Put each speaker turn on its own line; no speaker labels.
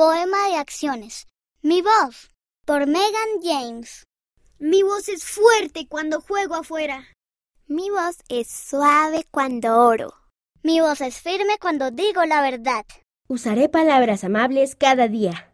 Poema de acciones. Mi voz, por Megan James.
Mi voz es fuerte cuando juego afuera.
Mi voz es suave cuando oro.
Mi voz es firme cuando digo la verdad.
Usaré palabras amables cada día.